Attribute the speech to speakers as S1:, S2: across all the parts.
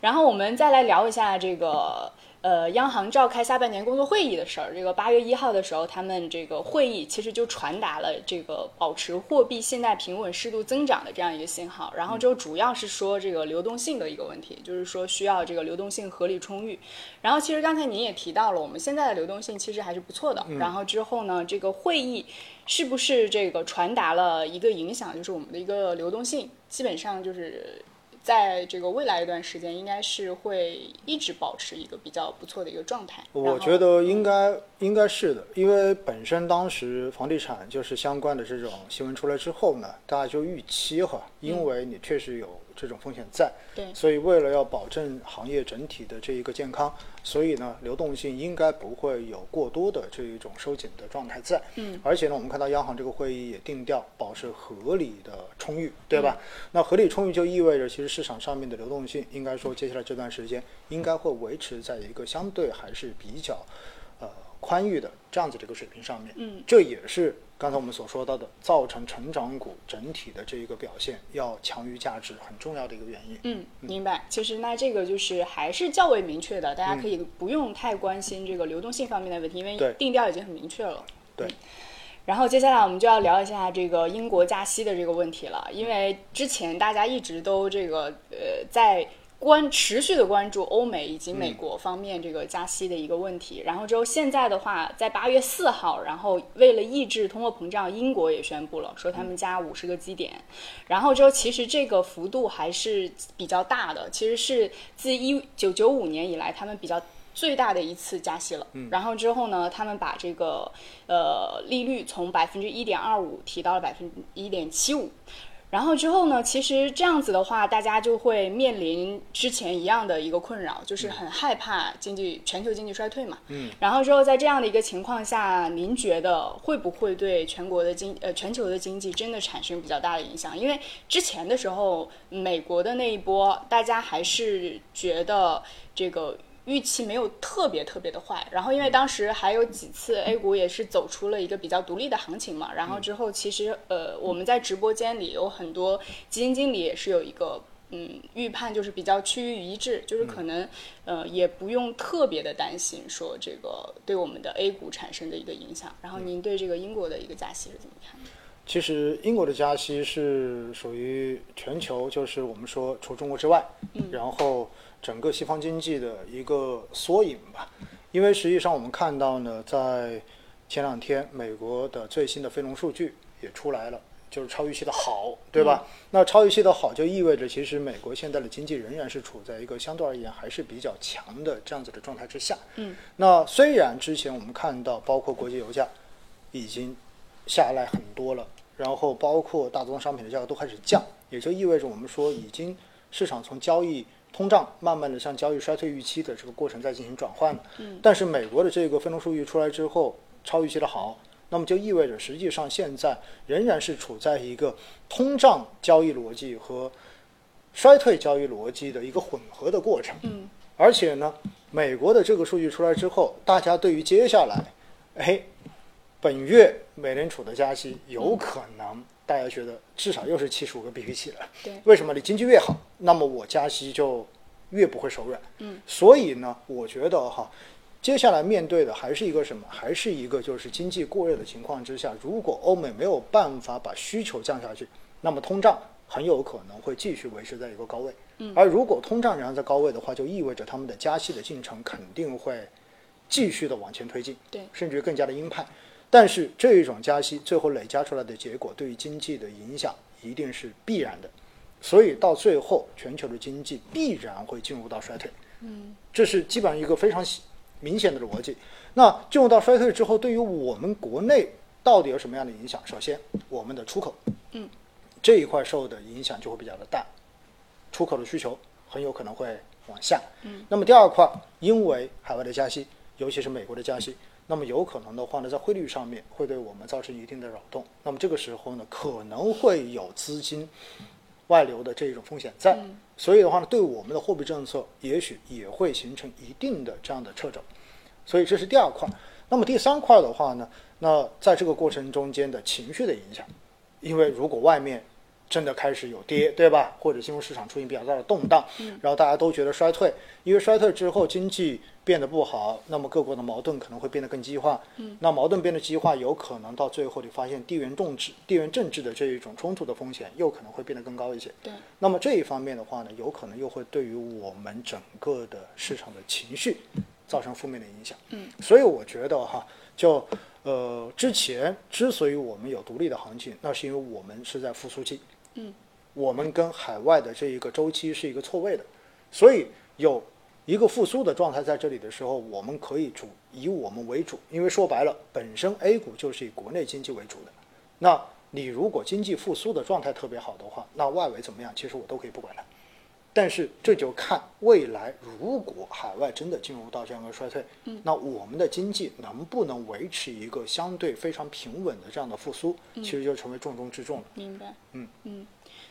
S1: 然后我们再来聊一下这个呃，央行召开下半年工作会议的事儿。这个八月一号的时候，他们这个会议其实就传达了这个保持货币信贷平稳、适度增长的这样一个信号。然后就主要是说这个流动性的一个问题，就是说需要这个流动性合理充裕。然后其实刚才您也提到了，我们现在的流动性其实还是不错
S2: 嗯
S1: 的。然后之后呢，这个会议是不是这个传达了一个影响，就是我们的一个流动性基本上就是。在这个未来一段时间，应该是会一直保持一个比较不错的一个状态。然
S2: 我
S1: 后
S2: 觉得应该应该是的，因为本身当时房地产就是相关的这种新闻出来之后呢，大家就预期哈，因为你确实有这种风险在，
S1: 嗯对
S2: 所以为了要保证行业整体的这一个健康，所以呢，流动性应该不会有过多的这一种收紧的状态在。
S1: 嗯，
S2: 而且呢，我们看到央行这个会议也定调保持合理的充裕，对吧？
S1: 嗯
S2: 那合理充裕就意味着，其实市场上面的流动性，应该说接下来这段时间应该会维持在一个相对还是比较呃宽裕的这样子的一个水平上面。
S1: 嗯，
S2: 这也是刚才我们所说到的，造成成长股整体的这一个表现要强于价值很重要的一个原因。
S1: 嗯，明白。其实那这个就是还是较为明确的，大家可以不用太关心这个流动性方面的问题，因为
S2: 嗯对
S1: 定调已经很明确了。
S2: 对
S1: 嗯然后接下来我们就要聊一下这个英国加息的这个问题了，因为之前大家一直都这个呃在关持续的关注欧美以及
S2: 嗯
S1: 美国方面这个加息的一个问题。然后之后现在的话，在八月四号，然后为了抑制通货膨胀，英国也宣布了说他
S2: 嗯
S1: 们加五十个基点。然后之后其实这个幅度还是比较大的，其实是自一九九五年以来他们比较。最大的一次加息了，然后之后呢，他们把这个呃利率从百分之一点二五提到了百分之一点七五，然后之后呢，其实这样子的话，大家就会面临之前一样的一个困扰，就是很害怕经济全球经济衰退嘛。嗯。然后之后在这样的一个情况下，您觉得会不会对全国的经呃全球的经济真的产生比较大的影响？因为之前的时候，美国的那一波，大家还是觉得这个。预期没有特别特别的坏，然后因为当时还有几次 A 股也是走出了一个比较独立的行情嘛，然后之后其实呃我们在直播间里有很多基金经理也是有一个嗯预判，就是比较趋于一致，就是可能呃也不用特别的担心说这个对我们的 A 股产生的一个影响。然后您对这个英国的一个加息是怎么看的？
S2: 其实英国的加息是属于全球，就是我们说除中国之外，然后整个西方经济的一个缩影吧。因为实际上我们看到呢，在前两天美国的最新的非农数据也出来了，就是超预期的好，对吧？那超预期的好就意味着其实美国现在的经济仍然是处在一个相对而言还是比较强的这样子的状态之下。
S1: 嗯，
S2: 那虽然之前我们看到包括国际油价已经下来很多了，然后包括大宗商品的价格都开始降，也就意味着我们说已经市场从交易通胀慢慢的向交易衰退预期的这个过程在进行转换了。嗯、但是美国的这个非农数据出来之后，超预期的好，那么就意味着实际上现在仍然是处在一个通胀交易逻辑和衰退交易逻辑的一个混合的过程。
S1: 嗯，
S2: 而且呢，美国的这个数据出来之后，大家对于接下来，哎，本月美联储的加息
S1: 嗯
S2: 有可能，大家觉得至少又是七十五个 BP 起了。
S1: 对
S2: 为什么？你经济越好，那么我加息就越不会手软。
S1: 嗯，
S2: 所以呢，我觉得哈，接下来面对的还是一个什么？还是一个就是经济过热的情况之下，如果欧美没有办法把需求降下去，那么通胀很有可能会继续维持在一个高位。嗯，而如果通胀仍然在高位的话，就意味着他们的加息的进程肯定会继续的往前推进。
S1: 对，
S2: 甚至更加的鹰派。但是这一种加息最后累加出来的结果，对于经济的影响一定是必然的，所以到最后全球的经济必然会进入到衰退。嗯，这是基本上一个非常明显的逻辑。那进入到衰退之后，对于我们国内到底有什么样的影响？首先，我们的出口，
S1: 嗯，
S2: 这一块受的影响就会比较的大，出口的需求很有可能会往下。嗯，那么第二块，因为海外的加息，尤其是美国的加息，那么有可能的话呢，在汇率上面会对我们造成一定的扰动。那么这个时候呢，可能会有资金外流的这一种风险在，所以的话呢，对我们的货币政策也许也会形成一定的这样的掣肘。所以这是第二块。那么第三块的话呢，那在这个过程中间的情绪的影响，因为如果外面真的开始有跌，对吧？或者金融市场出现比较大的动荡，然后大家都觉得衰退，因为衰退之后经济变得不好，那么各国的矛盾可能会变得更激化。那矛盾变得激化，有可能到最后你发现地缘政治、地缘政治的这一种冲突的风险，又可能会变得更高一些。
S1: 对，
S2: 那么这一方面的话呢，有可能又会对于我们整个的市场的情绪造成负面的影响。
S1: 嗯，
S2: 所以我觉得哈，就呃之前之所以我们有独立的行情，那是因为我们是在复苏期。
S1: 嗯，
S2: 我们跟海外的这一个周期是一个错位的，所以有一个复苏的状态在这里的时候，我们可以主以我们为主，因为说白了，本身 A 股就是以国内经济为主的。那你如果经济复苏的状态特别好的话，那外围怎么样，其实我都可以不管它。但是这就看未来，如果海外真的进入到这样一个衰退，那我们的经济能不能维持一个相对非常平稳的这样的复苏，其实就成为重中之重了。
S1: 明白。
S2: 嗯
S1: 嗯，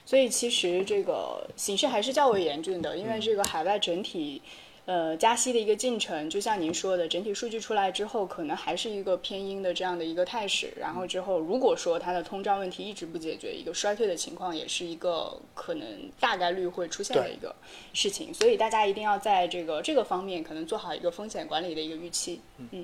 S1: 所以其实这个形势还是较为严峻的，因为
S2: 嗯
S1: 这个海外整体。呃，加息的一个进程，就像您说的，整体数据出来之后，可能还是一个偏阴的这样的一个态势。然后之后，如果说它的通胀问题一直不解决，一个衰退的情况也是一个可能大概率会出现的
S2: 对
S1: 一个事情。所以大家一定要在这个这个方面可能做好一个风险管理的一个预期。嗯